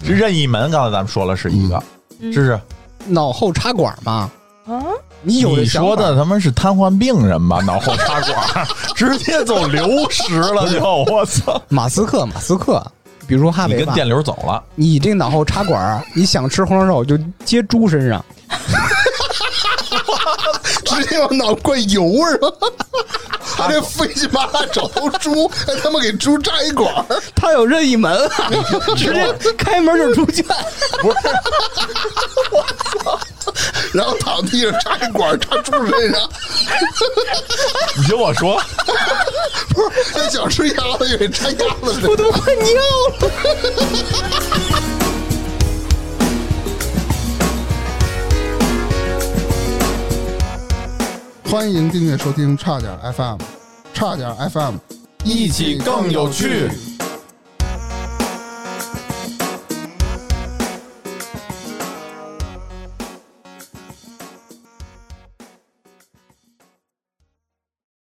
任意门刚才咱们说了是一个，嗯是不是？脑后插管嘛，啊，你有你的想法说的他妈是瘫痪病人吧？脑后插管， 直接走流食了 就，我操！马斯克，马斯克，比如哈你维跟吧，电流走了，你这脑后插管 儿，你想吃红烧肉就接猪身 上，直接往脑灌油味儿 了，还得费劲巴拉找头猪，还他妈给猪扎一管儿，他有任意门 啊，直接开门就出 圈。然后躺地上扎一管儿扎猪身上。你听我说，那想吃鸭子也得扎鸭子身上。都快尿了。欢迎订阅收听差点 FM，差点 FM，一起更有趣。